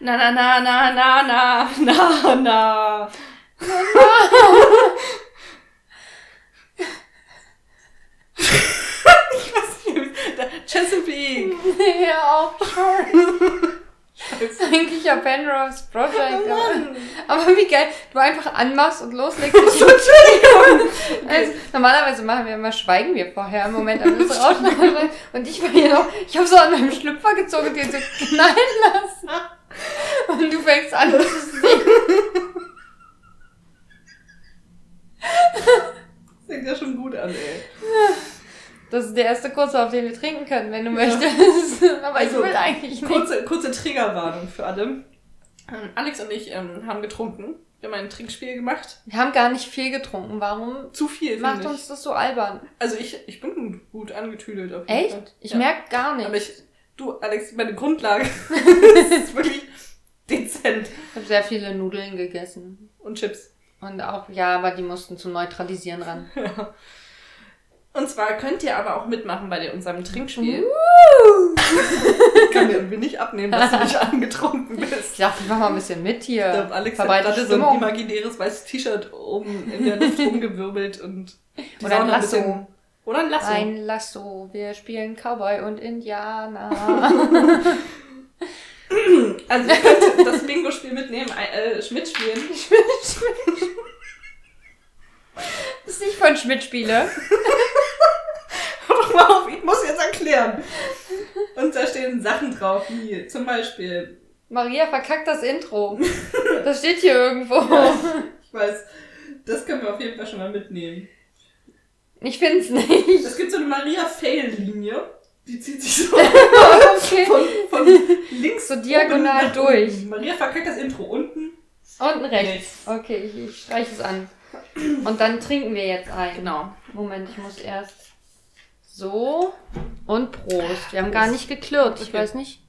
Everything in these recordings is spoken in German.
Na, na, na, na, na, na, na, na. ich weiß nicht, da- Chesapeake. ja, auch schon. Eigentlich ja Penrose Project. Oh aber, aber wie geil, du einfach anmachst und loslegst. Also, normalerweise machen wir immer, schweigen wir vorher im Moment, aber das ist auch schon- Und ich war hier noch, ich habe so an meinem Schlüpfer gezogen und den so knallen lassen. Und du fängst an zu singen. Das fängt ja schon gut an, ey. Das ist der erste Kurzer, auf den wir trinken können, wenn du möchtest. Aber Also, ich will eigentlich nicht. Kurze, kurze Triggerwarnung für alle. Ähm, Alex und ich ähm, haben getrunken. Wir haben ein Trinkspiel gemacht. Wir haben gar nicht viel getrunken. Warum Zu viel, finde macht ich. uns das so albern? Also ich, ich bin gut angetüdelt auf jeden Fall. Echt? Ich Ja. merk gar nicht. Aber ich, du, Alex, meine Grundlage ist wirklich dezent. Ich habe sehr viele Nudeln gegessen. Und Chips. Und auch, ja, aber die mussten zum Neutralisieren ran. Und zwar könnt ihr aber auch mitmachen bei unserem Trinkspiel. Ich kann dir irgendwie nicht abnehmen, dass du nicht angetrunken Ich bist. dachte, ich mach mal ein bisschen mit hier. Da Alex hat Verbreite gerade so ein Stimmung. imaginäres weißes T-Shirt oben in der Luft rumgewirbelt und die Oder ein Sonne Lasso. bisschen- Oder ein Lasso. Ein Lasso. Wir spielen Cowboy und Indianer. Also ihr könnt das Bingo-Spiel mitnehmen, äh, Schmidt spielen. ist nicht von Schmidt Spiele. Doch mal auf, ich muss jetzt erklären. Und da stehen Sachen drauf, wie zum Beispiel, Maria verkackt das Intro. Das steht hier irgendwo. ich weiß, das können wir auf jeden Fall schon mal mitnehmen. Ich find's nicht. Es gibt so eine Maria-Fail-Linie, die zieht sich so Okay. von, von links So diagonal oben nach durch. unten. Maria verkackt das Intro unten. Unten rechts. Okay, ich, ich streiche es an. Und dann trinken wir jetzt ein. Genau. Moment, ich muss erst so und Prost. Wir haben gar nicht geklirrt. Ich Okay. weiß nicht.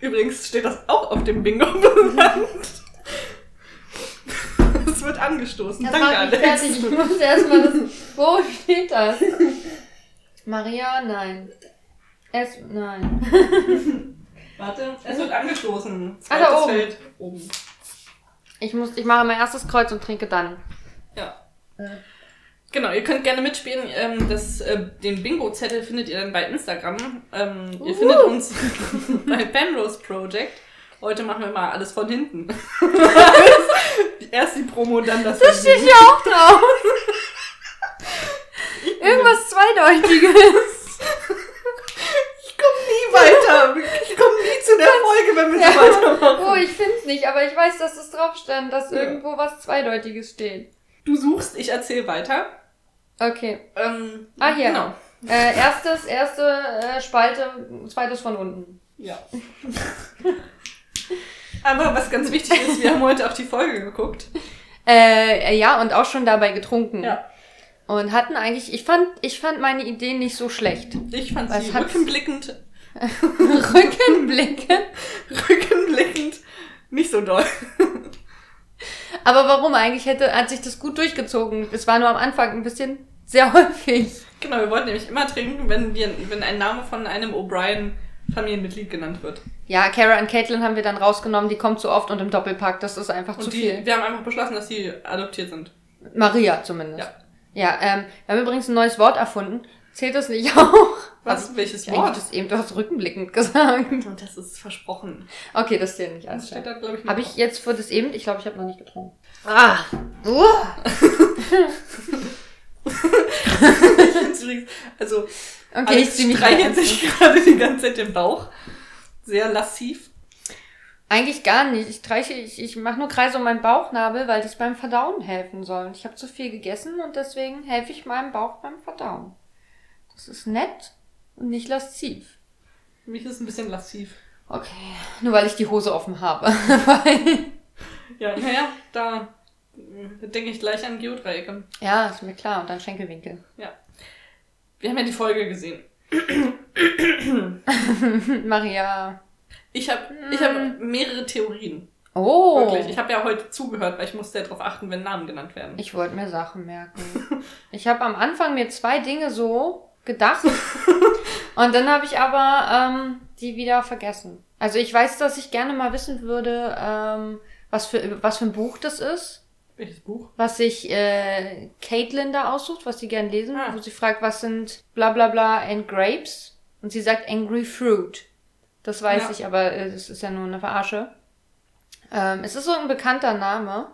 Übrigens steht das auch auf dem bingo benannt. Es wird angestoßen. Das Danke, macht mich Alex. fertig. Ich muss erstmal das. Wo steht das? Maria, nein. Es, nein. Warte, es wird angestoßen. Ah, da Zweites oben. Feld oben. Ich muss, ich mache mein erstes Kreuz und trinke dann. Ja. Ja. Genau, ihr könnt gerne mitspielen. Ähm, das, äh, den Bingo-Zettel findet ihr dann bei Instagram. Ähm, Ihr Uhu. findet uns bei Penrose Project. Heute machen wir mal alles von hinten. Erst die Promo, dann das. Das steht Video. hier auch drauf. Irgendwas Zweideutiges. Ich komme nie weiter. Ich komme nie zu der Folge, wenn wir so weitermachen. Oh, ich finde es nicht, aber ich weiß, dass es drauf stand, dass Ja. irgendwo was Zweideutiges steht. Du suchst, ich erzähle weiter. Okay. Ähm, Ah, hier. Genau. Äh, erstes, erste äh, Spalte, zweites von unten. Ja. Aber was ganz wichtig ist, wir haben heute auch die Folge geguckt. Äh, ja, und auch schon dabei getrunken. Ja. Und hatten eigentlich, ich fand, ich fand meine Idee nicht so schlecht. Ich fand Was sie hat's? rückblickend Rückenblicken. rückblickend nicht so doll. Aber warum eigentlich hätte, hat sich das gut durchgezogen? Es war nur am Anfang ein bisschen sehr häufig. Genau, wir wollten nämlich immer trinken, wenn, wir, wenn ein Name von einem O'Brien-Familienmitglied genannt wird. Ja, Kara und Caitlin haben wir dann rausgenommen, die kommt zu oft und im Doppelpack, das ist einfach Und zu die, viel. wir haben einfach beschlossen, dass sie adoptiert sind. Maria zumindest. Ja. Ja, ähm, wir haben übrigens ein neues Wort erfunden. Zählt das nicht auch? Was? Hab Also, Welches ich Eigentlich Wort? das eben, du hast rückenblickend gesagt. Und das ist versprochen. Okay, das zählt nicht. Das alles steht klar. da, glaube ich, Habe nicht ich jetzt für das eben? Ich glaube, ich habe noch nicht getrunken. drauf. Ah! Uh, Ich find's übrigens- also, okay, ich Alex zieh mich streichelt rein. sich gerade die ganze Zeit den Bauch. Sehr lassiv. Eigentlich gar nicht. Ich streiche, ich, ich mache nur Kreise um meinen Bauchnabel, weil das beim Verdauen helfen soll. Und Ich habe zu viel gegessen und deswegen helfe ich meinem Bauch beim Verdauen. Das ist nett und nicht lasziv. Mich ist ein bisschen lassiv. Okay, nur weil ich die Hose offen habe. Weil- Ja, naja, da äh, denke ich gleich an Geodreiecke. ja, ist mir klar. Und dann Schenkelwinkel. Ja. Wir haben ja die Folge gesehen. Maria. Ich habe ich hab mehrere Theorien. Mm. Oh, Wirklich. Ich habe ja heute zugehört, weil ich musste ja darauf achten, wenn Namen genannt werden. ich wollte mir Sachen merken. Ich habe am Anfang mir zwei Dinge so gedacht und dann habe ich aber ähm, die wieder vergessen. Also ich weiß, dass ich gerne mal wissen würde, ähm, was, für, was für ein Buch das ist. Welches Buch? Was sich äh, Caitlin da aussucht, was sie gerne lesen, Ah. wo sie fragt, was sind bla bla bla and Grapes. Und sie sagt Angry Fruit. Das weiß Ja. ich, aber äh, es ist ja nur eine Verarsche. Ähm, es ist so ein bekannter Name,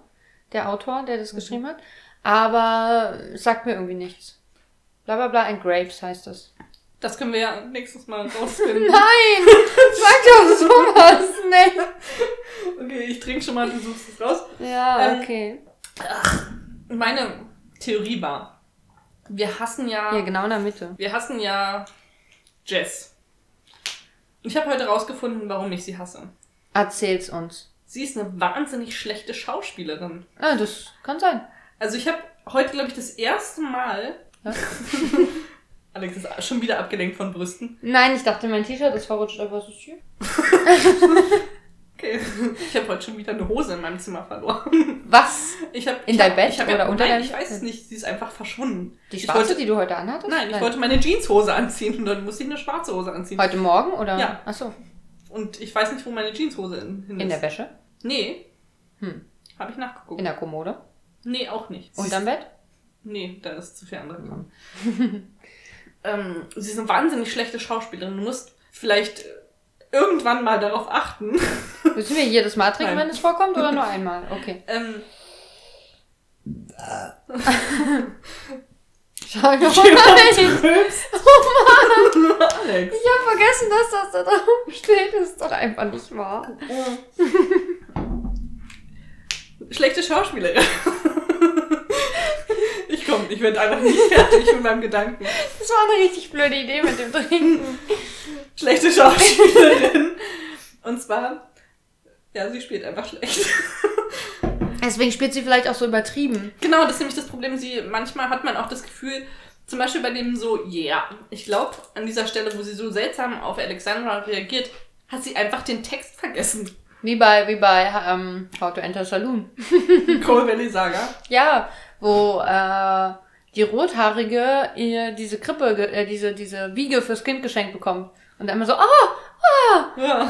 der Autor, der Mhm. das geschrieben hat, aber es sagt mir irgendwie nichts. Bla bla bla and Grapes heißt das. Das können wir ja nächstes Mal rausfinden. Nein! Sag doch sowas nicht! okay, ich trinke schon mal, du suchst es raus. Ja, Ähm, okay. Meine Theorie war, wir hassen ja, Hier, genau in der Mitte. wir hassen ja Jess. Ich habe heute rausgefunden, warum ich sie hasse. Erzähl's uns. Sie ist eine wahnsinnig schlechte Schauspielerin. Ah, das kann sein. Also ich habe heute, glaube ich, das erste Mal. Alex ist schon wieder abgelenkt von Brüsten. Nein, ich dachte, mein T-Shirt ist verrutscht, aber es ist schön. Okay. Ich habe heute schon wieder eine Hose in meinem Zimmer verloren. Was? Ich hab, In ich dein hab- Bett ich hab, oder ja- unter Nein, deinem ich weiß es Bett? nicht. Sie ist einfach verschwunden. Die Ich schwarze, wollte- die du heute anhattest? Nein, ich wollte meine Jeanshose anziehen und dann musste ich eine schwarze Hose anziehen. Heute Morgen oder? Ja. Ach so. Und ich weiß nicht, wo meine Jeanshose hin, hin In ist. der Wäsche? Nee. Hm. Habe ich nachgeguckt. In der Kommode? nee, auch nicht. Sie ist- Unterm Bett? Nee, da ist zu viel andere gekommen. ähm, sie ist eine wahnsinnig schlechte Schauspielerin. Du musst vielleicht äh, irgendwann mal darauf achten. Müssen wir jedes Mal trinken, Nein. wenn es vorkommt oder nur einmal? Okay. Ähm, Schau ich mal rein. Alex. Ich habe vergessen, dass das da drauf steht. Das ist doch einfach nicht wahr. Schlechte Schauspielerin. ich komme, ich werde einfach nicht fertig mit meinem Gedanken. Das war eine richtig blöde Idee mit dem Trinken. Schlechte Schauspielerin. Und zwar, ja, sie spielt einfach schlecht. Deswegen spielt sie vielleicht auch so übertrieben. Genau, das ist nämlich das Problem. Sie, manchmal hat man auch das Gefühl, zum Beispiel bei dem so, yeah. Ich glaube, an dieser Stelle, wo sie so seltsam auf Alexandra reagiert, hat sie einfach den Text vergessen. Wie bei, wie bei ähm, How to Enter Saloon. Cole Valley Saga. Ja, wo äh, die Rothaarige ihr diese Krippe, ge- äh, diese, diese Wiege fürs Kind geschenkt bekommt. Und dann immer so, ah, Ja.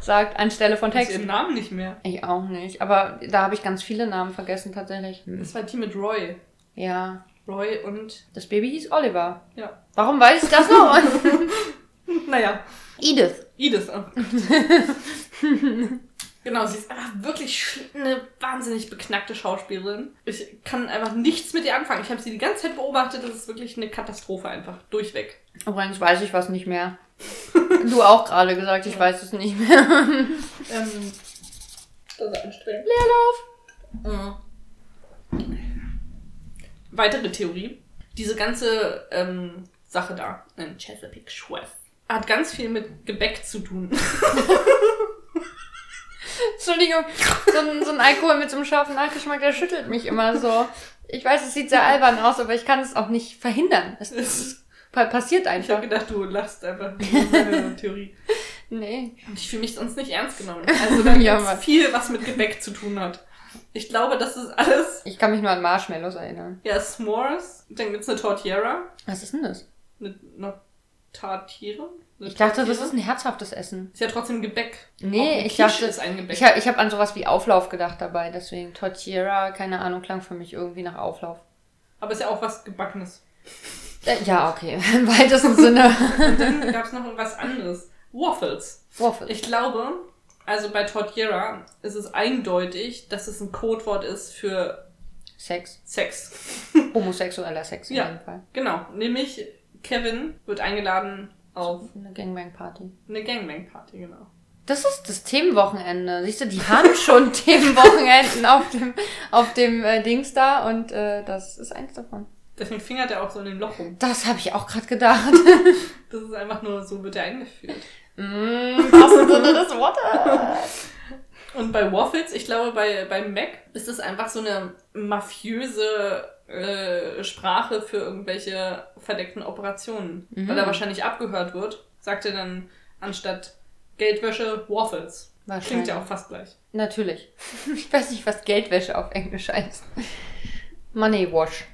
sagt anstelle von Ich ihren Texten. Namen nicht mehr. Ich auch nicht. Aber da habe ich ganz viele Namen vergessen tatsächlich. Das war die mit Roy. Ja, Roy und, das Baby hieß Oliver. ja. Warum weiß ich das noch? Naja, Edith. Edith. Oh Gott. genau, sie ist einfach wirklich sch- eine wahnsinnig beknackte Schauspielerin. Ich kann einfach nichts mit ihr anfangen. Ich habe sie die ganze Zeit beobachtet. Das ist wirklich eine Katastrophe einfach. Durchweg. Übrigens weiß ich was nicht mehr. Du auch gerade gesagt, ich weiß es nicht mehr. Ähm, das ist anstrengend. Leerlauf. Mhm. Weitere Theorie. Diese ganze ähm, Sache da, in Chesapeake Schweff, hat ganz viel mit Gebäck zu tun. Entschuldigung, so ein, so ein Alkohol mit so einem scharfen Nachgeschmack, der schüttelt mich immer so. Ich weiß, es sieht sehr albern aus, aber ich kann es auch nicht verhindern. Es ich pa- passiert einfach. habe gedacht, du lachst einfach über meine Theorie. Nee. Und ich fühle mich sonst nicht ernst genommen. Also da Ja, ist Mann. viel, was mit Gebäck zu tun hat. Ich glaube, das ist alles. Ich kann mich nur an Marshmallows erinnern. Ja, S'mores, dann gibt's eine Tortiera, Was ist denn das? eine, eine Tartiere. Eine Ich dachte, das Tortiere. ist ein herzhaftes Essen. Ist ja trotzdem Gebäck. Nee, Auch ein ich Quiche dachte- ist ein Gebäck. Ich habe ich hab an sowas wie Auflauf gedacht dabei, deswegen Tortilla, keine Ahnung, klang für mich irgendwie nach Auflauf. Aber ist ja auch was Gebackenes. Äh, ja, okay, im weitesten Sinne. Und dann gab's noch was anderes. Waffles. Waffle. Ich glaube, also bei Tortiera ist es eindeutig, dass es ein Codewort ist für Sex. Sex. Homosexueller Sex in Ja. jedem Fall. genau, nämlich Kevin wird eingeladen auf Eine Gangbang-Party. eine Gangbang-Party, genau. Das ist das Themenwochenende. Siehst du, die haben schon Themenwochenenden auf dem, auf dem äh, Dings da und äh, das ist eins davon. Deswegen fingert er auch so in dem Loch rum. Das habe ich auch gerade gedacht. Das ist einfach nur, so wird er eingeführt. Mm, passend Sinne des Wortes. Und bei Waffles, ich glaube, bei, bei Mac ist es einfach so eine mafiöse äh, Sprache für irgendwelche verdeckten Operationen. Mhm. Weil er wahrscheinlich abgehört wird, sagt er dann anstatt Geldwäsche Waffles. Klingt ja auch fast gleich. Natürlich. Ich weiß nicht, was Geldwäsche auf Englisch heißt. Money Wash.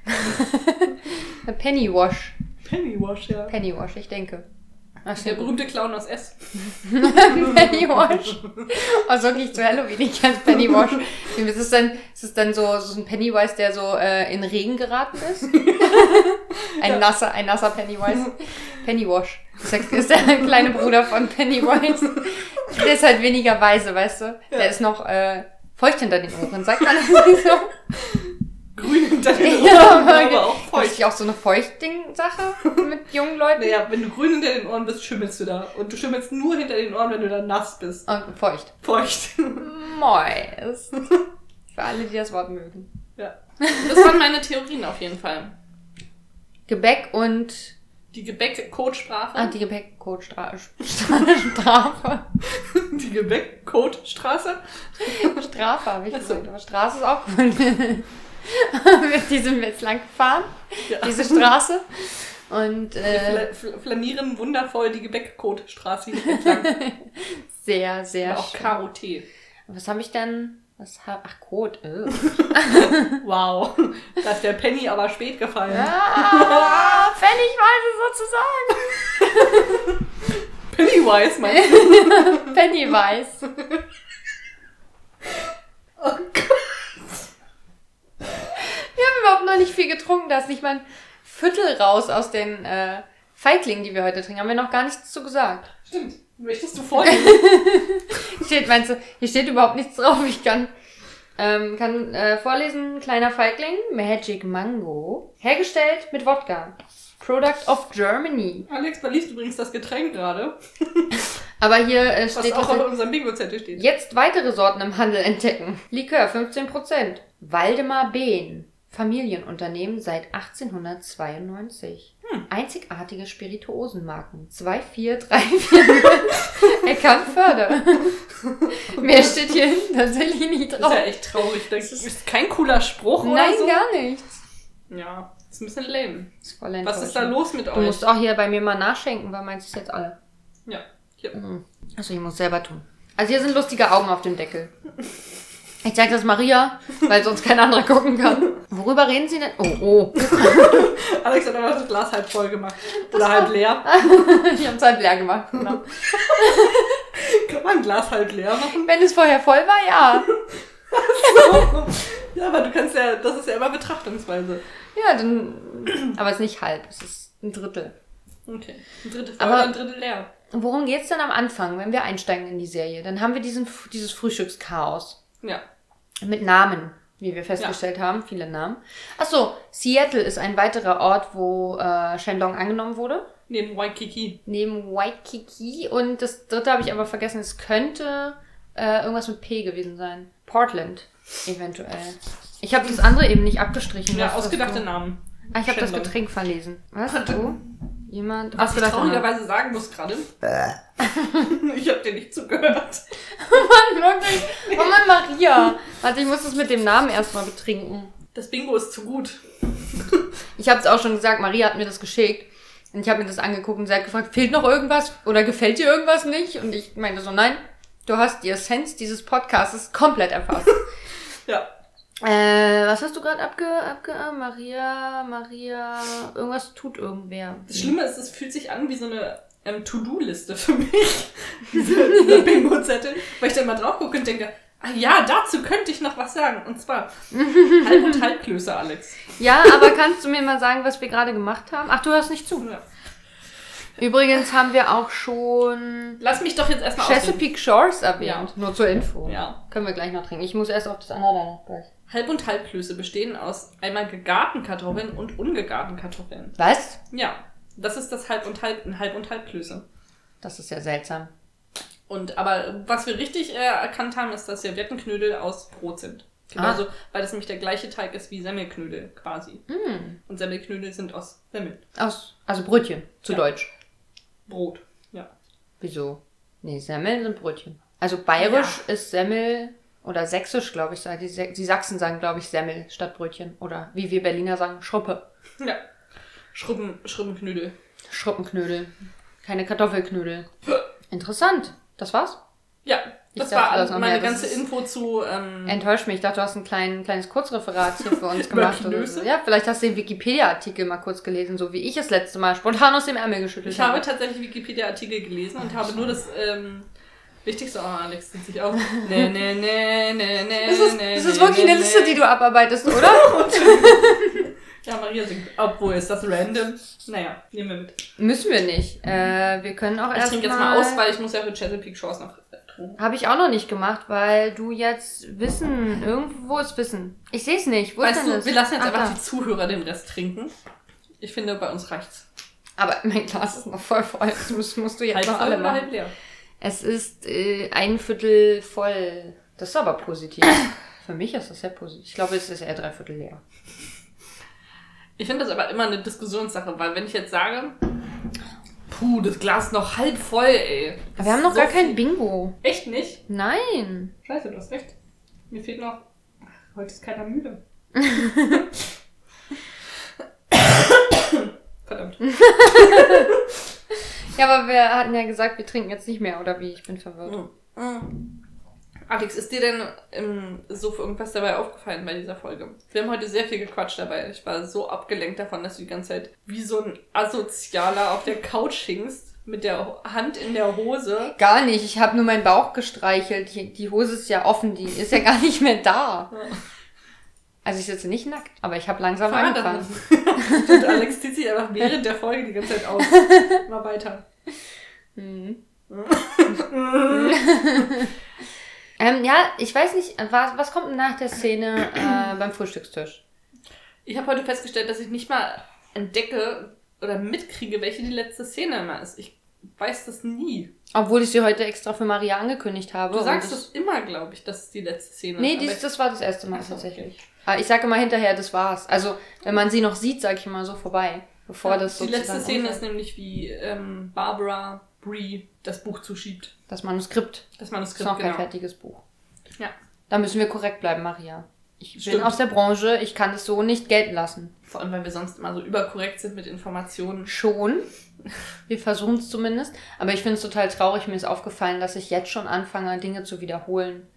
Penny Wash. Pennywash, ja. Penny Wash, ich denke. Ach, Der sehr gut. berühmte Clown aus S. Pennywash. Oh, so gehe ich zu Halloween, ich kann Pennywash. Ist es dann, ist es dann so, so ein Pennywise, der so äh, in Regen geraten ist? Ein nasser, ein nasser Pennywise. Pennywash. Ist der, ist der kleine Bruder von Pennywise. Der ist halt weniger weise, weißt du? Der ist noch äh, feucht hinter den Ohren, sagt man das nicht so? Grün hinter den Ohren, Ja, aber auch Ist feucht. auch so eine Feuchtding-Sache mit jungen Leuten? Naja, wenn du grün hinter den Ohren bist, schimmelst du da. Und du schimmelst nur hinter den Ohren, wenn du da nass bist. Und Oh, feucht. Feucht. Moist. Für alle, die das Wort mögen. Ja. Das waren meine Theorien auf jeden Fall. Gebäck und Die Gebäck-Code-Sprache. ah, die Gebäckcode-Strafe. Die Gebäck-Code-Straße. Strafe habe ich Ach so. gesagt, aber Straße ist auch cool. die sind wir jetzt lang gefahren, Ja. diese Straße. Und Wir äh, fla- fl- flanieren wundervoll die Gebäck-Code-Straße hier entlang. sehr, sehr Aber auch schön. KOT. Was habe ich denn? Was hab, ach, Code. äh. Wow. Da ist der Penny aber spät gefallen. Ah, Pennywise Pennywise, meinst du? sozusagen. Pennywise. Oh Gott. Wir haben überhaupt noch nicht viel getrunken, da ist nicht mal ein Viertel raus aus den äh, Feiglingen, die wir heute trinken. Haben wir noch gar nichts zu gesagt. Stimmt. Möchtest du vorlesen? steht, meinst du, hier steht überhaupt nichts drauf. Ich kann, ähm, kann äh, vorlesen, kleiner Feigling, Magic Mango, hergestellt mit Wodka. Product of Germany. Alex verliest übrigens das Getränk gerade, Aber hier äh, was steht auch tatsächlich- auf unserem Bingo-Zettel steht. jetzt weitere Sorten im Handel entdecken. Likör 15%. Waldemar Behn. Familienunternehmen seit 1892. Hm. Einzigartige Spirituosenmarken. 2434 Eckernförde. Mehr steht hier hinten tatsächlich nicht Das ist ja drauf. echt traurig. Das ist kein cooler Spruch Oh. Nein, oder so. gar nichts. Ja, ist ein bisschen lame. Das ist voll Was ist da enttäuschend. los mit Du euch? musst auch hier bei mir mal nachschenken, weil meins ist jetzt alle. Ja, hier. Also ich muss selber tun. Also hier sind lustige Augen auf dem Deckel. Ich zeig das Maria, weil sonst kein anderer gucken kann. Worüber reden Sie denn? Oh, oh. Alex hat einfach das Glas halb voll gemacht. Oder halb leer. Ich hab's halt leer gemacht. Genau. Kann man ein Glas halb leer machen? Wenn es vorher voll war, ja. Ja, aber du kannst ja, das ist ja immer Betrachtungsweise. Ja, dann. Aber es ist nicht halb, es ist ein Drittel. Okay. Ein Drittel voll, Aber- ein Drittel leer. Worum geht's denn am Anfang, wenn wir einsteigen in die Serie? Dann haben wir diesen, dieses Frühstückschaos. Ja. Mit Namen, wie wir festgestellt haben, viele Namen. Ach so, Seattle ist ein weiterer Ort, wo äh, Shandong angenommen wurde, Neben Waikiki. neben Waikiki. Und das dritte habe ich aber vergessen, es könnte äh, irgendwas mit P gewesen sein. Portland, eventuell. Ich habe das andere eben nicht abgestrichen. Ja, was- was ausgedachte du- Namen. Ah, ich habe das Shandong. Getränk verlesen. Was? Du? Jemand? Was ich Ausgedachte Namen. traurigerweise sagen muss gerade. ich hab dir nicht zugehört. Wirklich? Oh Mann, Maria. Warte, ich muss das mit dem Namen erstmal betrinken. Das Bingo ist zu gut. Ich habe es auch schon gesagt, Maria hat mir das geschickt. Und ich habe mir das angeguckt und sie hat gefragt, fehlt noch irgendwas oder gefällt dir irgendwas nicht? Und ich meinte so, nein, du hast die Essenz dieses Podcasts komplett erfasst. Ja. äh, was hast du gerade abge... abge ah, Maria, Maria, irgendwas tut irgendwer. Das Schlimme ist, es fühlt sich an wie so eine ähm, To-Do-Liste für mich. Diese- Dieser Bingo-Zettel. Weil ich da immer drauf gucke und denke, ah ja, dazu könnte ich noch was sagen. Und zwar Halb- und Halbklöße, Alex. Ja, aber kannst du mir mal sagen, was wir gerade gemacht haben? Ach, du hörst nicht zu. Ja. Übrigens haben wir auch schon Lass mich doch jetzt erstmal ausreden. Chesapeake Shores erwähnt. Ja. Nur zur Info. Ja. Können wir gleich noch trinken. Ich muss erst auf das andere dann noch gleich. Halb- und Halbklöße bestehen aus einmal gegarten Kartoffeln und ungegarten Kartoffeln. Was? Ja, das ist das Halb- und Halb, ein Halb- und Halbklöße. Das ist ja seltsam. Und aber was wir richtig äh, erkannt haben, ist, dass Serviettenknödel aus Brot sind. Ah. Genauso, weil das nämlich der gleiche Teig ist wie Semmelknödel quasi. Hm. Und Semmelknödel sind aus Semmel. Aus, also Brötchen, zu Ja. Deutsch. Brot. Ja. Wieso? Nee, Semmeln sind Brötchen. Also bayerisch ist Semmel oder sächsisch, glaube ich. sagen Die, Sä- die Sachsen sagen, glaube ich, Semmel statt Brötchen. Oder wie wir Berliner sagen, Schruppe. Ja. Schrubben, Schrubbenknödel. Schruppenknödel. Keine Kartoffelknödel. Interessant. Das war's? Ja. Ich das dachte, war also du hast noch meine mehr. Das ganze ist- Info zu. Ähm, Enttäuscht mich. Ich dachte, du hast ein klein, kleines Kurzreferat hier für uns Über gemacht. Oder Klöße? so. Ja, vielleicht hast du den Wikipedia-Artikel mal kurz gelesen, so wie ich es letzte Mal spontan aus dem Ärmel geschüttelt ich habe tatsächlich Wikipedia-Artikel gelesen und habe nur das ähm, Wichtigste. Oh, Alex zieht sich auf. Ne, Nee, nee, nee, nee, nee. Es ist, nee, es nee, ist wirklich nee, eine Liste, nee. die du abarbeitest, oder? Ja, Maria singt. Obwohl, ist das random? Naja, nehmen wir mit. Müssen wir nicht. Äh, wir können auch Ich erst trinke jetzt mal aus, weil ich muss ja für Chesapeake Shores noch äh, Drogen. Habe ich auch noch nicht gemacht, weil du jetzt Wissen, irgendwo ist Wissen. Ich sehe es nicht. Wo ist Weißt denn du, das? wir lassen jetzt Ach, einfach da. die Zuhörer den Rest trinken. Ich finde, bei uns reicht's. Aber mein Glas ist noch voll voll. Das musst, musst du jetzt Halb noch voll alle oder machen. halb leer? Es ist äh, ein Viertel voll. Das ist aber positiv. Für mich ist das sehr positiv. Ich glaube, es ist eher drei Viertel leer. Ich finde das aber immer eine Diskussionssache, weil wenn ich jetzt sage, puh, das Glas ist noch halb voll, ey. Aber wir haben noch So gar kein viel- Bingo. Echt nicht? Nein. Scheiße, du hast recht. Mir fehlt noch. Heute ist keiner müde. Verdammt. Ja, aber wir hatten ja gesagt, wir trinken jetzt nicht mehr, oder wie? Ich bin verwirrt. Mm. Alex, ist dir denn ähm, so für irgendwas dabei aufgefallen bei dieser Folge? Wir haben heute sehr viel gequatscht dabei. Ich war so abgelenkt davon, dass du die ganze Zeit wie so ein Asozialer auf der Couch hingst, mit der Ho- Hand in der Hose. Gar nicht. Ich habe nur meinen Bauch gestreichelt. Die, die Hose ist ja offen. Die ist ja gar nicht mehr da. Also ich sitze nicht nackt, aber ich habe langsam Fahrrad angefangen. damit. Und Alex zieht sich einfach während der Folge die ganze Zeit aus. Mal weiter. Mhm. ähm, ja, ich weiß nicht, was, was kommt denn nach der Szene äh, beim Frühstückstisch? Ich habe heute festgestellt, dass ich nicht mal entdecke oder mitkriege, welche die letzte Szene immer ist. Ich weiß das nie. Obwohl ich sie heute extra für Maria angekündigt habe. Du und sagst ich- Oh, das immer, glaube ich, dass es die letzte Szene Nee, ist. dies, das war das erste Mal Ach so, tatsächlich. Ah, Ich sage immer hinterher, das war's. Also, wenn man sie noch sieht, sage ich immer so vorbei. Bevor Ja, das die letzte sozusagen Szene umfällt. ist nämlich, wie ähm, Barbara Bree das Buch zuschiebt. Das Manuskript. Das Das ist Manuskript, noch kein genau. fertiges Buch. Ja. Da müssen wir korrekt bleiben, Maria. Ich bin Stimmt. aus der Branche, ich kann es so nicht gelten lassen. Vor allem, weil wir sonst immer so überkorrekt sind mit Informationen. Schon. Wir versuchen es zumindest. Aber ich finde es total traurig. Mir ist aufgefallen, dass ich jetzt schon anfange, Dinge zu wiederholen,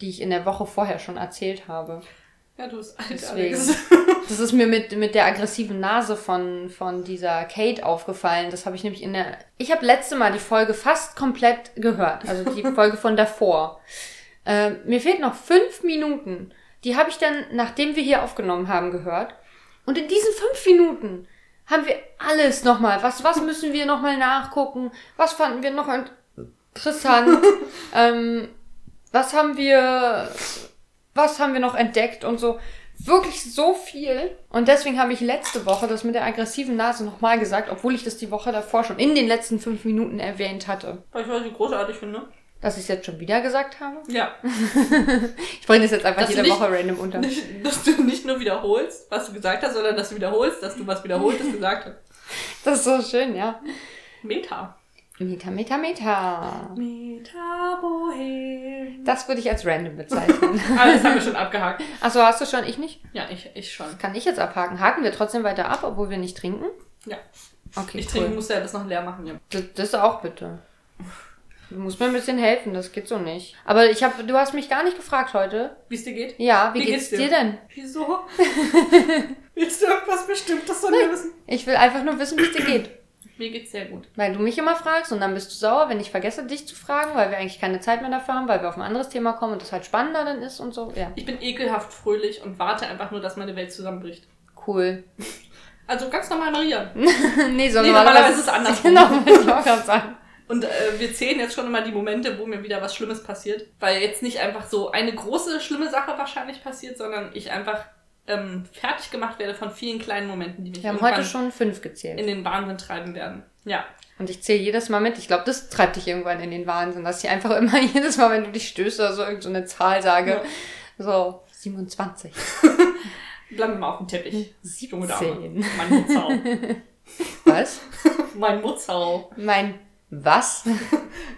die ich in der Woche vorher schon erzählt habe. Ja, du bist alt, Deswegen. Alex. Das ist mir mit, mit der aggressiven Nase von, von dieser Kate aufgefallen. Das habe ich nämlich in der. Ich habe letzte Mal die Folge fast komplett gehört. Also die Folge von davor. Äh, mir fehlt noch fünf Minuten. Die habe ich dann, nachdem wir hier aufgenommen haben, gehört. Und in diesen fünf Minuten haben wir alles nochmal. Was, was müssen wir nochmal nachgucken? Was fanden wir noch interessant? ähm, was haben wir was haben wir noch entdeckt und so. Wirklich so viel. Und deswegen habe ich letzte Woche das mit der aggressiven Nase nochmal gesagt, obwohl ich das die Woche davor schon in den letzten fünf Minuten erwähnt hatte. Weil ich weiß, wie großartig finde. Dass ich es jetzt schon wieder gesagt habe. Ja. Ich bringe das jetzt einfach Dass du jede nicht- Woche random unter. Nicht, dass du nicht nur wiederholst, was du gesagt hast, sondern dass du wiederholst, dass du was Wiederholtes gesagt hast. Das ist so schön, ja. Meta. Meta, meta, meta. Meta Bohem. Das würde ich als random bezeichnen. Alles Ah, haben wir schon abgehakt. Achso, hast du schon? Ich nicht? Ja, ich, ich schon. Kann ich jetzt abhaken? Haken wir trotzdem weiter ab, obwohl wir nicht trinken? Ja. Okay, Ich trinke, cool. muss ja das noch leer machen. Ja. Das, das auch bitte. Du musst mir ein bisschen helfen, das geht so nicht. Aber ich hab, du hast mich gar nicht gefragt heute. Wie es dir geht? Ja, wie, Wie geht's, geht's dir dir? denn? Wieso? Willst du irgendwas Bestimmtes von mir wissen? Ich will einfach nur wissen, wie es dir geht. Mir geht's sehr gut. Weil du mich immer fragst und dann bist du sauer, wenn ich vergesse, dich zu fragen, weil wir eigentlich keine Zeit mehr dafür haben, weil wir auf ein anderes Thema kommen und das halt spannender dann ist und so. Ja, Ich bin ekelhaft fröhlich und warte einfach nur, dass meine Welt zusammenbricht. cool. Also ganz normal Maria. nee, so Nee, normalerweise ist es andersrum. Genau, wollte ich auch gerade sagen. Und äh, wir zählen jetzt schon immer die Momente, wo mir wieder was Schlimmes passiert. Weil jetzt nicht einfach so eine große schlimme Sache wahrscheinlich passiert, sondern ich einfach ähm, fertig gemacht werde von vielen kleinen Momenten, die mich Wir haben irgendwann heute schon fünf gezählt. in den Wahnsinn treiben werden. Ja. Und ich zähle jedes Mal mit. Ich glaube, das treibt dich irgendwann in den Wahnsinn, dass ich einfach immer jedes Mal, wenn du dich stößt oder so, irgendeine Zahl sage. Ja. So, 27. Bleiben wir mal auf dem Hm. Teppich. Junge Dame. Zehn. Mein Mutzau. Was? mein Mutzau. Mein was?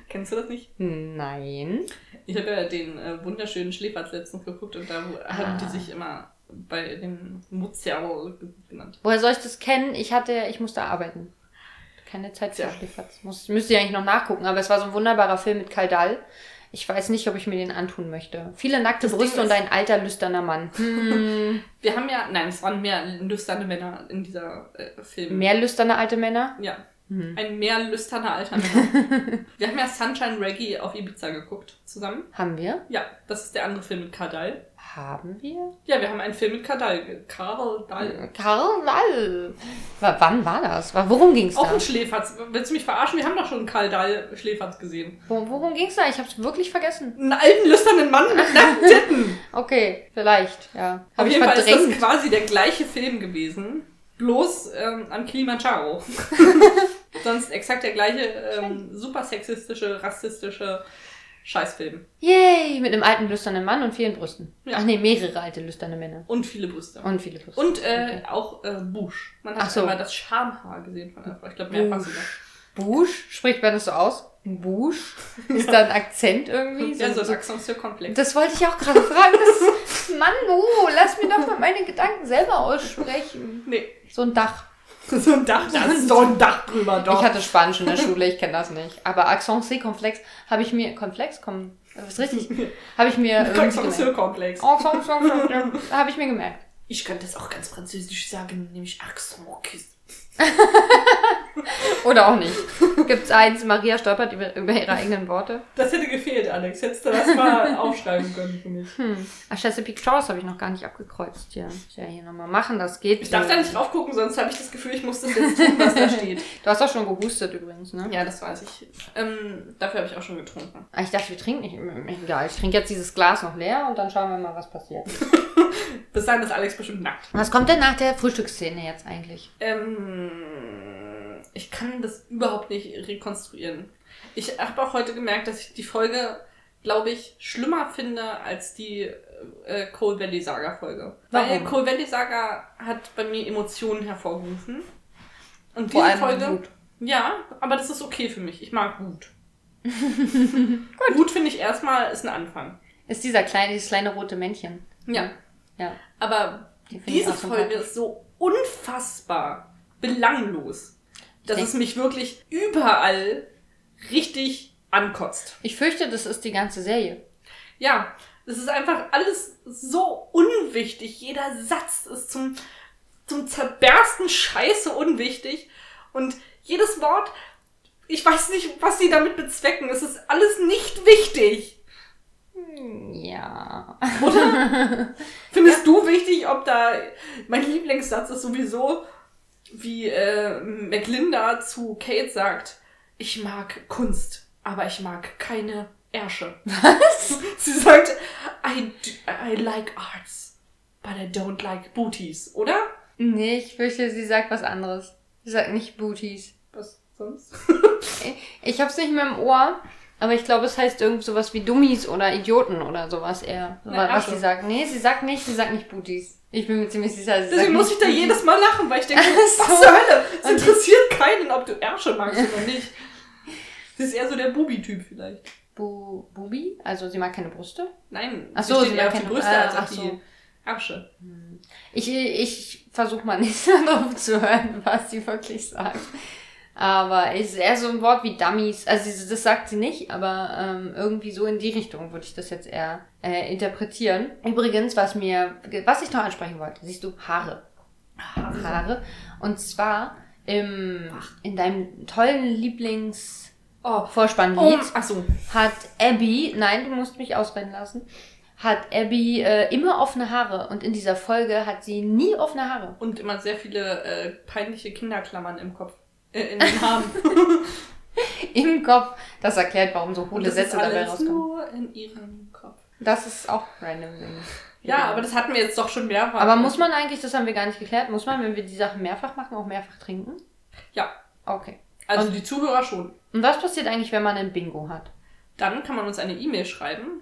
Kennst du das nicht? Nein. Ich habe ja den äh, wunderschönen Schläferz letztens geguckt und da wo- haben Ah. die sich immer bei dem Mutzau genannt. Woher soll ich das kennen? Ich hatte, ich musste arbeiten. Keine Zeit für Tja. Schläferz. Muss, müsste ich eigentlich noch nachgucken, aber es war so ein wunderbarer Film mit Kaldal. Ich weiß nicht, ob ich mir den antun möchte. Viele nackte Das Brüste Ding und ist- ein alter, lüsterner Mann. Hm. Wir haben ja, nein, es waren mehr lüsterne Männer in dieser äh, Film. Mehr lüsterne alte Männer? Ja, Hm. ein mehr lüsterner alter Männer. wir haben ja Sunshine Reggae auf Ibiza geguckt zusammen. Haben wir? Ja, das ist der andere Film mit Kardal. Haben wir? Ja, wir haben einen Film mit Kardal. ge- Kardal. Karl Wall. W- Wann war das? W- Worum ging's Auch da? ein Schläferz. Willst du mich verarschen? Wir haben doch schon einen Kardal-Schläferz gesehen. Wo- Worum ging's da? Ich hab's wirklich vergessen. Einen alten, lüsternen Mann mit nackten Titten. Okay, vielleicht, ja. auf Hab ich jeden Fall ist das verdrängt. quasi der gleiche Film gewesen. Bloß ähm, an Kilimanjaro. Sonst exakt der gleiche ähm, super sexistische, rassistische Scheißfilm. Yay, mit einem alten, lüsternen Mann und vielen Brüsten. Ja. Ach nee, mehrere alte, lüsterne Männer. Und viele Brüste. Und viele Brüsten. Und äh, auch äh, Bush. Man Ach hat so. immer das Schamhaar gesehen von der Frau. Ich glaube, mehrfach Bush. sogar. Bush? Spricht man das so aus? Bush? Ist da ein Akzent irgendwie? Ja, so ein Accent sur komplex. das wollte ich auch gerade fragen. Das ist, Mann, oh, lass mir doch mal meine Gedanken selber aussprechen. Nee. So ein Dach. So ein Dach, da ist so ein Dach drüber, doch. Ich hatte Spanisch in der Schule, ich kenne das nicht. Aber Accent C-Komplex habe ich mir... Komplex? Komm, das ist richtig. Habe ich mir... irgendwie Accent gemerkt. sur komplex. Accent, Accent, Accent, Habe ich mir gemerkt. Ich kann das auch ganz französisch sagen, nämlich Accent au kiss. Oder auch nicht. Gibt's eins, Maria stolpert über, über ihre eigenen Worte. Das hätte gefehlt, Alex. Hättest du das mal aufschreiben können für mich. Hm. Ach, Chesapeake Shores habe ich noch gar nicht abgekreuzt. Ja, muss ich ja hier nochmal machen, das geht. Ich darf da nicht drauf gucken, sonst habe ich das Gefühl, ich muss das jetzt tun, was da steht. Du hast auch schon gehustet übrigens, ne? Ja, das weiß ich. Ähm, dafür habe ich auch schon getrunken. Ah, Ich dachte, wir trinken nicht. Hm, Egal, ich trinke jetzt dieses Glas noch leer und dann schauen wir mal, was passiert. Bis dahin ist Alex bestimmt nackt. Was kommt denn nach der Frühstücksszene jetzt eigentlich? Ähm, ich kann das überhaupt nicht rekonstruieren. Ich habe auch heute gemerkt, dass ich die Folge, glaube ich, schlimmer finde als die äh, Cold Valley Saga Folge. Weil Warum? Cold Valley Saga hat bei mir Emotionen hervorgerufen. Und Vor diese allem Folge. Wut. Ja, aber das ist okay für mich. Ich mag Wut. Gut. Wut finde ich erstmal ist ein Anfang. Ist dieser kleine, dieses kleine rote Männchen. Ja. Ja. Aber Die finde ich diese auch sympathisch. Folge ist so unfassbar belanglos, dass denk- es mich wirklich überall richtig ankotzt. Ich fürchte, das ist die ganze Serie. Ja, es ist einfach alles so unwichtig. Jeder Satz ist zum, zum Zerbersten scheiße unwichtig. Und jedes Wort, ich weiß nicht, was sie damit bezwecken. Es ist alles nicht wichtig. Ja. Findest du wichtig, ob da. Mein Lieblingssatz ist sowieso, wie äh, McLinda zu Kate sagt: Ich mag Kunst, aber ich mag keine Ärsche. Was? Sie sagt: I, do, I like arts, but I don't like booties, oder? Nee, ich fürchte, sie sagt was anderes. Sie sagt nicht Booties. Was sonst? Ich hab's nicht mehr im Ohr, aber ich glaube, es heißt irgend sowas wie Dummies oder Idioten oder sowas eher. Na, was Arsche. sie sagt. Nee, sie sagt nicht, sie sagt nicht Booties. Ich bin mir ziemlich sicher, sie sagt Deswegen muss nicht ich da Booties. jedes Mal lachen, weil ich denke: Ach so. Was zur Hölle? Es interessiert keinen, ob du Ärsche magst oder nicht. Sie ist eher so der Bubi-Typ vielleicht. Bu Bubi? Also sie mag keine Brüste? Nein, Ach sie so, steht sie eher mag auf die keine- Brüste ah, als ach auf so. die Ärsche. Ich, ich versuche mal nicht darauf zu hören, was sie wirklich sagt. Aber es ist eher so ein Wort wie Dummies. Also sie- das sagt sie nicht, aber ähm, irgendwie so in die Richtung würde ich das jetzt eher äh, interpretieren. Übrigens, was mir, was ich noch ansprechen wollte, siehst du, Haare. Haare. Und zwar im, in deinem tollen Lieblings Oh, Vorspannlied achso. hat Abby, nein, du musst mich ausreden lassen, hat Abby äh, immer offene Haare und in dieser Folge hat sie nie offene Haare. Und immer sehr viele äh, peinliche Kinderklammern im Kopf. Äh, in den Haaren. Im Kopf. Das erklärt, warum so Und hohle Sätze dabei rauskommen. nur in ihrem Kopf. Das ist auch random. Ding. Ja, aber das hatten wir jetzt doch schon mehrfach. genau. Aber muss man eigentlich, das haben wir gar nicht geklärt, muss man, wenn wir die Sachen mehrfach machen, auch mehrfach trinken? Ja, Okay. also die Zuhörer schon. Und was passiert eigentlich, wenn man ein Bingo hat? Dann kann man uns eine E-Mail schreiben.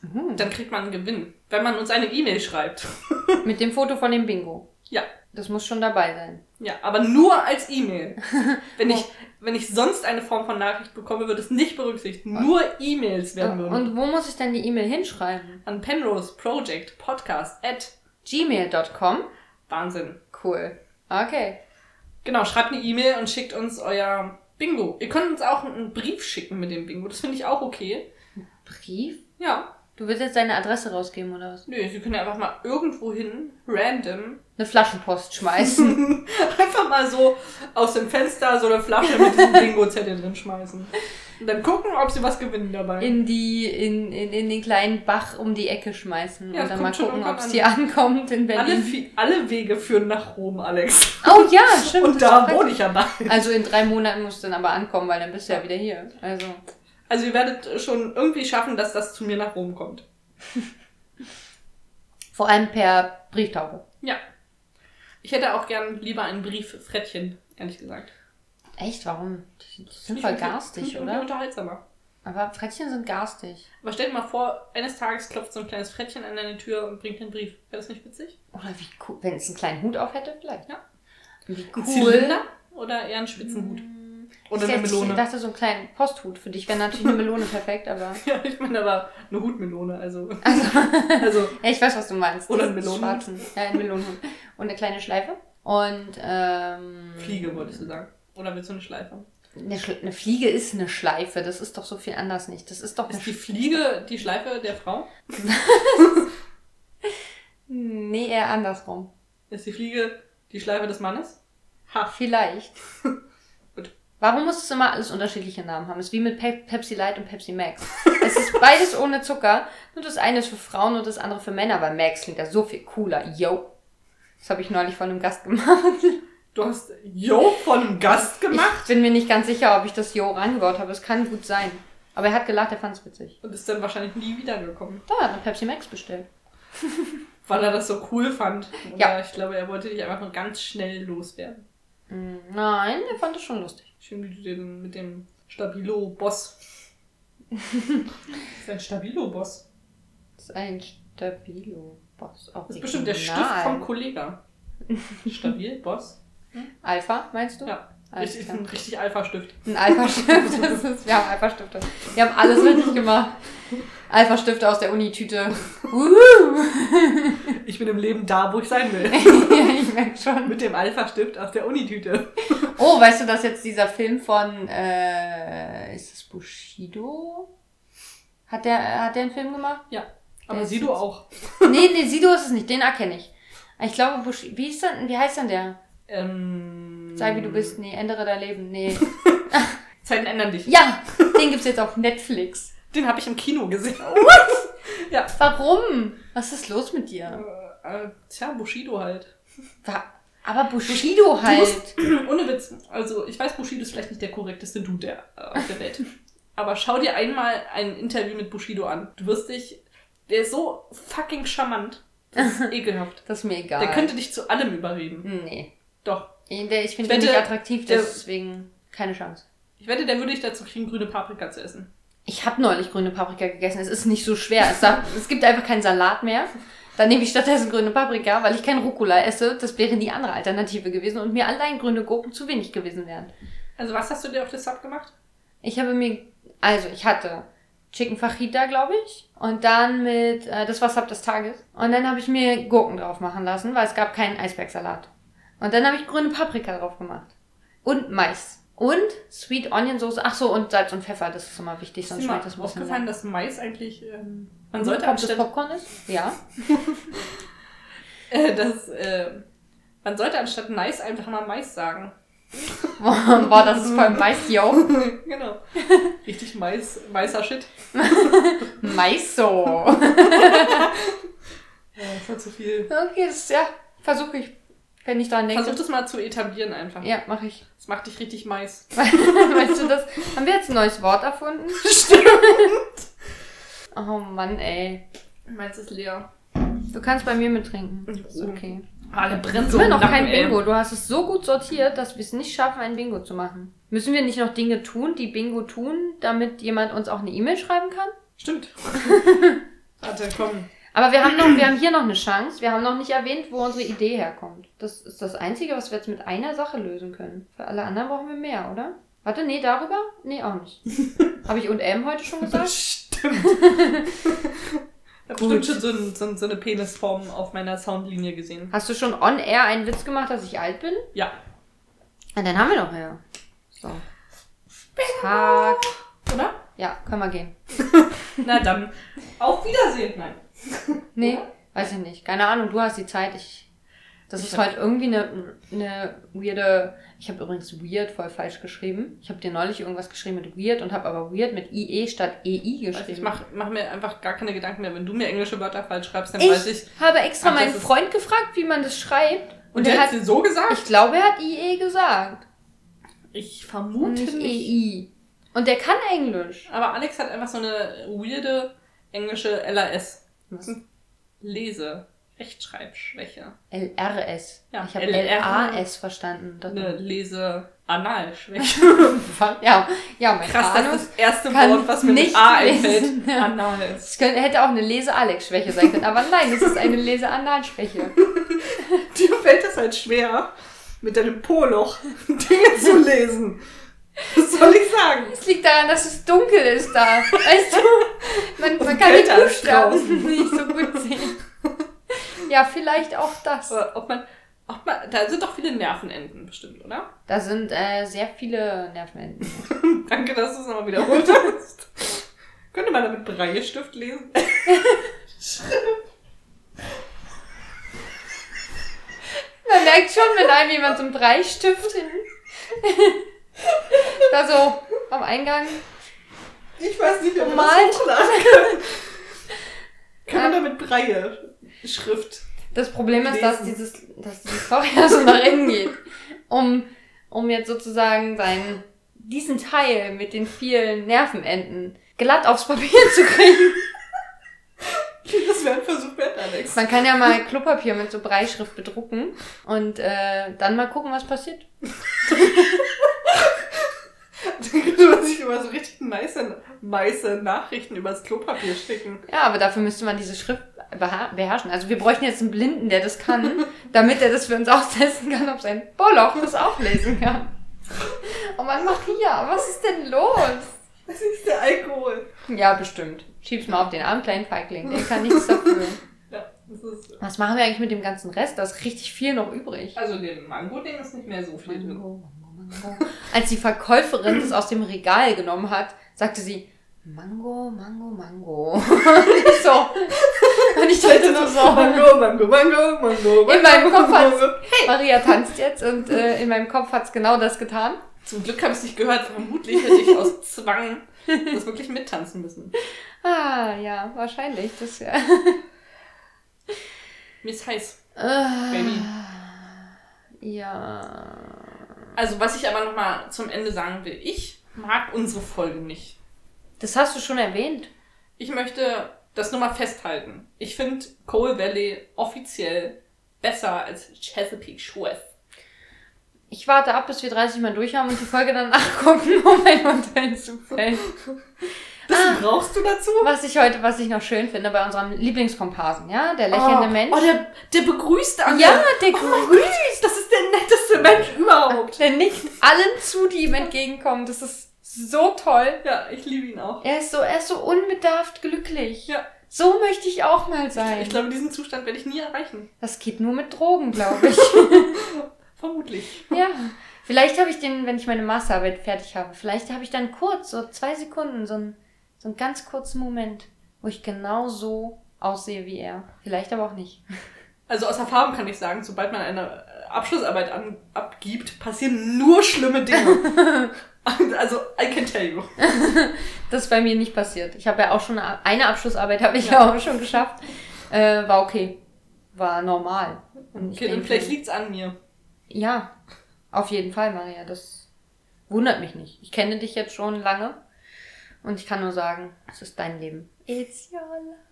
Mhm. Dann kriegt man einen Gewinn, wenn man uns eine E-Mail schreibt. Mit dem Foto von dem Bingo. Ja. Das muss schon dabei sein. Ja, aber nur als E-Mail. Oh. Wenn ich, wenn ich sonst eine Form von Nachricht bekomme, wird es nicht berücksichtigt. Nur E-Mails werden würden. Ah. Und wo muss ich denn die E-Mail hinschreiben? An Penrose Project Podcast at Gmail.com? Wahnsinn. Cool. Okay. Genau, schreibt eine E-Mail und schickt uns euer Bingo. Ihr könnt uns auch einen Brief schicken mit dem Bingo. Das finde ich auch okay. Brief? Ja. Du willst jetzt deine Adresse rausgeben oder was? Nö, sie können ja einfach mal irgendwo hin, random, Eine Flaschenpost schmeißen. einfach mal so aus dem Fenster so eine Flasche mit diesem Bingo-Zettel drin schmeißen. Und dann gucken, ob sie was gewinnen dabei. in die, in, in, in den kleinen Bach um die Ecke schmeißen. Ja, und dann kommt mal schon gucken, ob irgendwann es hier ankommt in alle, Berlin. Fi- alle Wege führen nach Rom, Alex. Oh ja, stimmt. Und das da ist wohne ich ja bald. praktisch. Also in drei Monaten musst du dann aber ankommen, weil dann bist du ja wieder hier. Also. Also ihr werdet schon irgendwie schaffen, dass das zu mir nach Rom kommt. Vor allem per Brieftaube. Ja. Ich hätte auch gern lieber ein Brieffrettchen, ehrlich gesagt. Echt? Warum? Die die sind Ich voll find- find garstig, irgendwie oder? unterhaltsamer. Aber Frettchen sind garstig. Aber stell dir mal vor, eines Tages klopft so ein kleines Frettchen an deine Tür und bringt einen Brief. Wäre das nicht witzig? Oder wie cool. Wenn es einen kleinen Hut auf hätte, vielleicht. Ja. Wie Ein cool. Zylinder oder eher einen Spitzenhut? Ich Oder eine hätte- Ich Melone? dachte, so einen kleinen Posthut. Für dich wäre natürlich eine Melone perfekt, aber. Ja, ich meine aber eine Hutmelone, also. also Ja, ich weiß, was du meinst. Oder ein Diesen Melonenhut. Schwarzen. Ja, ein Melonenhut. Und eine kleine Schleife. Und, ähm. Fliege, wolltest du sagen. Oder willst du eine Schleife? Eine, Schl eine Fliege ist eine Schleife. Das ist doch so viel anders nicht. Das ist doch eine Ist die Sch- Fliege die Schleife der Frau? Nee, eher andersrum. Ist die Fliege die Schleife des Mannes? Ha. Vielleicht. Gut. Warum muss es immer alles unterschiedliche Namen haben? Es ist wie mit Pe Pepsi Light und Pepsi Max. es ist beides ohne Zucker. Nur das eine ist für Frauen und das andere für Männer. Aber Max klingt ja so viel cooler. Yo. Das habe ich neulich von einem Gast gemacht. Du hast Jo von einem Gast gemacht? Oh. Ich bin mir nicht ganz sicher, ob ich das Yo reingebaut habe. Es kann gut sein. Aber er hat gelacht, er fand es witzig. Und ist dann wahrscheinlich nie wiedergekommen, Da hat er Pepsi Max bestellt. weil er das so cool fand. Oder Ja. ich glaube, er wollte dich einfach nur ganz schnell loswerden. Hm, Nein, er fand es schon lustig. Schön, wie du den mit dem Stabilo-Boss. Das ist ein Stabilo-Boss. Das ist ein Stabilo-Boss. Das ist bestimmt der Stift vom Kollega. Stabil, Boss. Alpha, meinst du? Ja. Alles Richtig, klar. ein richtig Alpha-Stift. Ein Alpha-Stift. das ist- Wir haben Alpha-Stifte. Wir haben alles richtig gemacht. Alpha-Stifte aus der Uni-Tüte. Wuhu! Ich bin im Leben da, wo ich sein will. ja, ich merke schon. Mit dem Alpha-Stift aus der Unitüte. Oh, weißt du, dass jetzt dieser Film von, äh, ist das Bushido? Hat der, hat der einen Film gemacht? Ja. Der Aber ist sieh du jetzt- auch. Nee, nee, Sido ist es nicht, den erkenne ich. Ich glaube, Bush, wie, ist denn, wie heißt denn der? Ähm, Sei wie du bist, nee, ändere dein Leben, nee. Zeiten ändern dich. Ja, den gibt's jetzt auf Netflix. Den habe ich im Kino gesehen. Oh. What? Ja. Warum? Was ist los mit dir? Äh, äh, tja, Bushido halt. Wa- Aber Bushido halt. Ohne Witz. Also, ich weiß, Bushido ist vielleicht nicht der korrekteste Dude der, äh, auf der Welt. Aber schau dir einmal ein Interview mit Bushido an. Du wirst dich. Der ist so fucking charmant. Das ist ekelhaft. Das ist mir egal. Der könnte dich zu allem überreden. Nee. Doch. Ich- Der, ich Ich finde den wette, nicht attraktiv, der- deswegen keine Chance. Ich wette, der würde dich dazu kriegen, grüne Paprika zu essen. Ich habe neulich grüne Paprika gegessen. Es ist nicht so schwer. Es, darf, es gibt einfach keinen Salat mehr. Dann nehme ich stattdessen grüne Paprika, weil ich kein Rucola esse. Das wäre die andere Alternative gewesen und mir allein grüne Gurken zu wenig gewesen wären. Also, was hast du dir auf das Sub gemacht? Ich habe mir, also ich hatte Chicken Fajita, glaube ich, und dann mit, äh, das war Sub des Tages. Und dann habe ich mir Gurken drauf machen lassen, weil es gab keinen Eisbergsalat. Und dann habe ich grüne Paprika drauf gemacht. Und Mais. Und Sweet Onion Soße. Ach so, und Salz und Pfeffer, das ist immer wichtig, Ist sonst dir mal schmeckt das ein bisschen. aufgefallen, lang. dass Mais eigentlich. Ähm, man sollte Ob das anstatt Popcorn ist? Ja. Äh, das, äh, man sollte anstatt nice einfach mal Mais sagen. Boah, das ist voll Mais, yo. genau. Richtig Mais, weißer Shit. Mais so. Ja, das war zu viel. Okay, das ist, ja, versuche ich. Wenn ich dran denke. Versuch das mal zu etablieren einfach. Ja, mache ich. Das macht dich richtig Mais. weißt du das? Haben wir jetzt ein neues Wort erfunden? Stimmt. Oh Mann, ey. Meins ist leer. Du kannst bei mir mittrinken. Ist Oh. okay. Ah, der brennt So, im Immer noch Nacken, kein ey. Bingo. Du hast es so gut sortiert, dass wir es nicht schaffen, ein Bingo zu machen. Müssen wir nicht noch Dinge tun, die Bingo tun, damit jemand uns auch eine E-Mail schreiben kann? Stimmt. Warte, komm. Aber wir haben, noch, wir haben hier noch eine Chance. Wir haben noch nicht erwähnt, wo unsere Idee herkommt. Das ist das Einzige, was wir jetzt mit einer Sache lösen können. Für alle anderen brauchen wir mehr, oder? Warte, nee, darüber? Nee, auch nicht. Habe ich und M heute schon gesagt? Stimmt. Ich habe Gut. bestimmt schon so, ein, so, ein, so eine Penisform auf meiner Soundlinie gesehen. Hast du schon on air einen Witz gemacht, dass ich alt bin? Ja. Ah, Na, dann haben wir doch mehr. So. Zack. Oder? Ja, können wir gehen. Na dann, auf Wiedersehen. Nein. Nee, weiß ich nicht. Keine Ahnung, du hast die Zeit. Ich, das Ich ist hab- heute irgendwie eine, eine weirde. Ich habe übrigens weird voll falsch geschrieben. Ich habe dir neulich irgendwas geschrieben mit weird und habe aber weird mit IE statt EI geschrieben. Also ich mach, mach mir einfach gar keine Gedanken mehr. Wenn du mir englische Wörter falsch schreibst, dann Ich weiß ich. habe extra Ach, das meinen ist- Freund gefragt, wie man das schreibt. Und der hat sie so gesagt? Ich glaube, er hat IE gesagt. Ich Und vermute nicht EI. Und der kann Englisch. Aber Alex hat einfach so eine weirde englische LAS. Was? Lese. Rechtschreibschwäche. LRS. Ja, ich habe LRS. LAS verstanden. Das Eine Lese-Analschwäche. ja, ja, um mein Krass, das Anus. ist das erste kann Wort, was mir mit nicht A lesen. einfällt. Ja. Anal. Das könnte, hätte auch eine Lese-Alex-Schwäche sein können. Aber nein, es ist eine Lese-Anal-Schwäche. Dir fällt das halt schwer, mit deinem Po-Loch Dinge zu lesen. Was soll ich sagen? Es liegt daran, dass es dunkel ist da. Weißt du, man, man kann die kälter ist Buchstaben draußen. nicht so gut sehen. Ja, vielleicht auch das. Aber Äh, Ob man, ob man, da sind doch viele Nervenenden bestimmt, oder? Da sind äh, sehr viele Nervenenden. Danke, dass du es nochmal wiederholt hast. Könnte man damit Breistift lesen? Man merkt schon, wenn einem jemand so einen Breistift hin. da so am Eingang. Ich weiß nicht, ob man Mal. das hochladen kann. Kann Ähm. man damit Breie Schrift. Das Problem ist, dass Lesen. dieses, dass die Story ja so nach innen geht. Um, um jetzt sozusagen seinen, diesen Teil mit den vielen Nervenenden glatt aufs Papier zu kriegen. Das wäre ein Versuch wert, Alex. Man kann ja mal Klopapier mit so Breischrift bedrucken und äh, dann mal gucken, was passiert. Dann könnte man sich immer so richtig nice, nice Nachrichten übers Klopapier schicken. Ja, aber dafür müsste man diese Schrift beha- beherrschen. Also wir bräuchten jetzt einen Blinden, der das kann, damit er das für uns austesten kann, ob sein Bohrloch das auch lesen kann. Oh Mann, Maria, was ist denn los? Das ist der Alkohol. Ja, bestimmt. Schieb's mal auf den armen kleinen Feigling. Der kann nichts dafür. Ja, das ist. Was machen wir eigentlich mit dem ganzen Rest? Da ist richtig viel noch übrig. Also, den Mango-Ding ist nicht mehr so viel drin. Mango, Mango, Mango. Als die Verkäuferin das aus dem Regal genommen hat, sagte sie, Mango, Mango, Mango. Und ich so. Und ich dachte nur so. Mango, Mango, Mango, Mango, Mango. In meinem Kopf hat's, Mango. hey, Maria tanzt jetzt und äh, in meinem Kopf hat's genau das getan. Zum Glück habe ich es nicht gehört. Vermutlich hätte ich aus Zwang das wirklich mittanzen müssen. Ah, ja, wahrscheinlich. Das ja. Mir ist heiß. Baby. Ah, Ja. Also, was ich aber nochmal zum Ende sagen will. Ich mag unsere Folge nicht. Das hast du schon erwähnt. Ich möchte das nur mal festhalten. Ich finde Coal Valley offiziell besser als Chesapeake Shores. Ich warte ab, bis wir 30 Mal durch haben und die Folge dann nachgucken, um ein Urteil zu fällen. Das brauchst du dazu? Was ich heute, was ich noch schön finde bei unserem Lieblingskomparsen, ja? Der lächelnde oh, Mensch. Oh, der, der begrüßt alle. ja, der Oh mein oh Gott, das ist der netteste Mensch überhaupt. Der nickt allen zu, die ihm entgegenkommen. Das ist so toll. Ja, ich liebe ihn auch. Er ist so, er ist so unbedarft glücklich. Ja. So möchte ich auch mal sein. Ich glaube, diesen Zustand werde ich nie erreichen. das geht nur mit Drogen, glaube ich. Vermutlich. ja. Vielleicht habe ich den, wenn ich meine Masterarbeit fertig habe, vielleicht habe ich dann kurz, so zwei Sekunden, so einen, so einen ganz kurzen Moment, wo ich genau so aussehe wie er. Vielleicht aber auch nicht. Also aus Erfahrung kann ich sagen, sobald man eine äh, Abschlussarbeit an, abgibt, passieren nur schlimme Dinge. also, I can tell you. Das ist bei mir nicht passiert. Ich habe ja auch schon eine, eine Abschlussarbeit, habe ich ja auch schon geschafft. Äh, war okay. War normal. Und ich Okay, dann denke- vielleicht liegt's an mir. Ja, auf jeden Fall, Maria. Das wundert mich nicht. Ich kenne dich jetzt schon lange und ich kann nur sagen, es ist dein Leben. It's your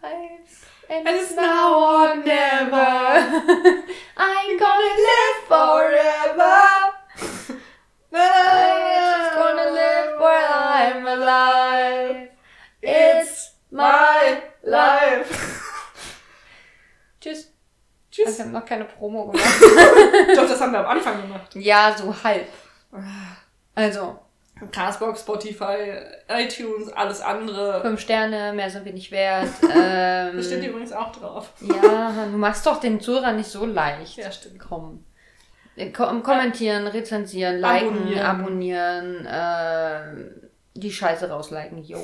life and it's now or never. I'm gonna live forever. I'm just gonna live while I'm alive. It's my life. Tschüss. Tschüss. Also, wir haben noch keine Promo gemacht. Doch, das haben wir am Anfang gemacht. ja, so halb. Also, Castbox, Spotify, iTunes, alles andere. fünf Sterne, mehr sind wir nicht wert. Da steht Ähm, übrigens auch drauf. ja, du machst doch den Zuhörer nicht so leicht. Ja, stimmt. Komm. ähm, Äh, Kom kommentieren, rezensieren, liken, abonnieren, Abonnieren. ähm, die Scheiße rausleiten, yo.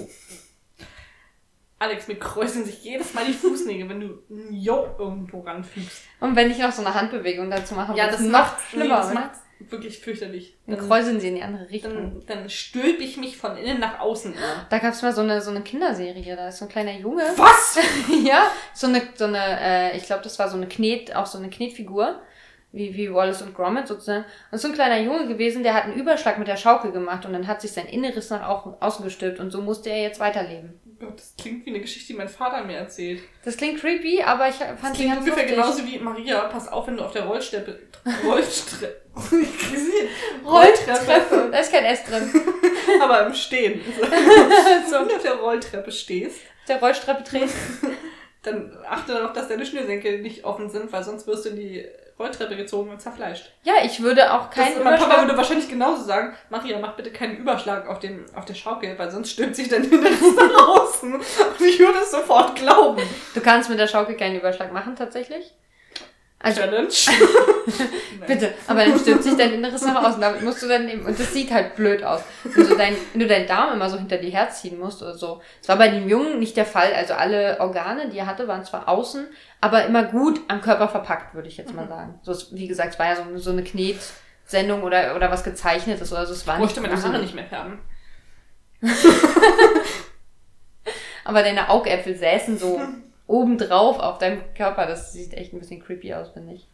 Alex, mir kreuzen sich jedes Mal die Fußnägel, wenn du ein Jo irgendwo ranfügst. Und wenn ich noch so eine Handbewegung dazu mache, Ja, wird's das noch macht's- nee, schlimmer. das oder? macht's Wirklich fürchterlich. dann Dann- kräuseln sie in die andere Richtung. dann, dann stülpe ich mich von innen nach außen. immer. Da gab es mal so eine, so eine Kinderserie, da ist so ein kleiner Junge. Was? ja, so eine, so eine äh, ich glaube, das war so eine Knet, auch so eine Knetfigur, wie, wie Wallace und Gromit sozusagen. Und so ein kleiner Junge gewesen, der hat einen Überschlag mit der Schaukel gemacht und dann hat sich sein Inneres nach au- außen gestülpt und so musste er jetzt weiterleben. Oh Gott, das klingt wie eine Geschichte, die mein Vater mir erzählt. Das klingt creepy, aber ich fand Das die klingt ganz ungefähr lustig. genauso wie Maria, pass auf, wenn du auf der Rollsteppe. Rollstre Ich krieg's nicht. Rolltreppe, da ist kein S drin. aber im Stehen. Also, wenn du auf der Rolltreppe stehst, Der Rollstreppe dreht. dann achte darauf, dass deine Schnürsenkel nicht offen sind, weil sonst wirst du in die Rolltreppe gezogen und zerfleischt. Ja, ich würde auch keinen das, mein Papa Überschlag. würde wahrscheinlich genauso sagen, Maria, mach bitte keinen Überschlag auf, dem, auf der Schaukel, weil sonst stürmt sich dein Hinterrest nach außen. Und ich würde es sofort glauben. Du kannst mit der Schaukel keinen Überschlag machen, tatsächlich. Also Challenge. Bitte, aber dann stülpt sich dein Inneres nach außen. Damit musst du dann eben, und das sieht halt blöd aus. Wenn du, dein, wenn du deinen Darm immer so hinter dir herziehen musst oder so. Das war bei dem Jungen nicht der Fall. Also alle Organe, die er hatte, waren zwar außen, aber immer gut am Körper verpackt, würde ich jetzt mal sagen. So, es- wie gesagt, es war ja so, so eine Knetsendung oder, oder was gezeichnetes oder so. Es war Ich nicht, möchte meine Haare gruselig. nicht mehr färben. Aber deine Augäpfel säßen so obendrauf auf deinem Körper. Das sieht echt ein bisschen creepy aus, finde ich.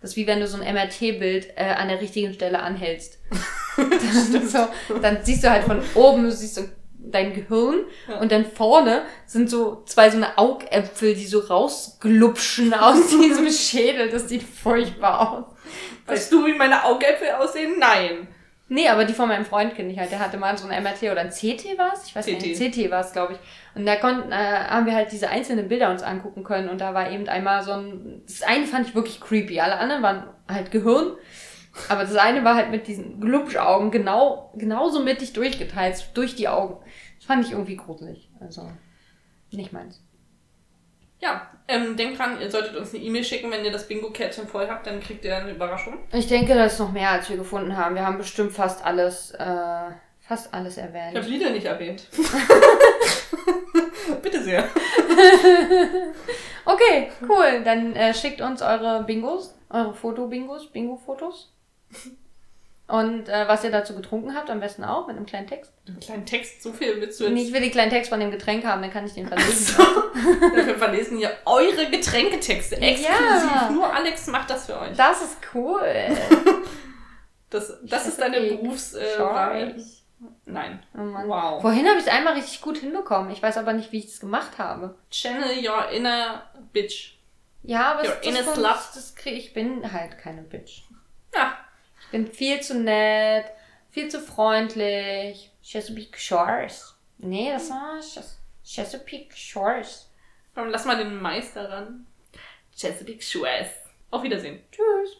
Das ist wie wenn du so ein MRT-Bild äh, an der richtigen Stelle anhältst. dann, so, dann siehst du halt von oben, du siehst so dein Gehirn Ja. und dann vorne sind so zwei so eine Augäpfel, die so rausglupschen aus diesem Schädel. Das sieht furchtbar aus. Weißt du, wie meine Augäpfel aussehen? Nein. Nee, aber die von meinem Freund kenne ich halt. Der hatte mal so ein MRT oder ein CT war es? Ich weiß CT. nicht, ein CT war es, glaube ich. Und da konnten, äh, haben wir halt diese einzelnen Bilder uns angucken können. Und da war eben einmal so ein... Das eine fand ich wirklich creepy. Alle anderen waren halt Gehirn. Aber das eine war halt mit diesen Glubschaugen genau, genauso mittig durchgeteilt, durch die Augen. Das fand ich irgendwie gruselig. Also, nicht meins. Ja, ähm, denkt dran, ihr solltet uns eine E-Mail schicken, wenn ihr das Bingo-Kärtchen voll habt, dann kriegt ihr eine Überraschung. Ich denke, das ist noch mehr, als wir gefunden haben. Wir haben bestimmt fast alles, äh, fast alles Ich habe erwähnt. Lieder nicht erwähnt. Bitte sehr. Okay, cool. Dann äh, schickt uns eure Bingos, eure Foto-Bingos, Bingo-Fotos. Und äh, was ihr dazu getrunken habt, am besten auch mit einem kleinen Text. Einen kleinen Text, so viel willst du Nee, jetzt ich will den kleinen Text von dem Getränk haben, dann kann ich den verlesen. dafür verlesen. Hier eure Getränketexte exklusiv. Ja. Nur Alex macht das für euch. Das ist cool. Das, das Ich ist deine verstehe. Berufswahl. Sorry. Nein. Oh Mann. Wow. Vorhin habe ich es einmal richtig gut hinbekommen. Ich weiß aber nicht, wie ich es gemacht habe. Channel your inner bitch. Ja, aber You're es- in a das, slut. das, das krieg, ich bin halt keine Bitch. Ja, Ich bin viel zu nett, viel zu freundlich. Chesapeake Shores. Nee, das war Ches- Chesapeake Shores. komm, lass mal den Meister ran. Chesapeake Shores. Auf Wiedersehen. Tschüss.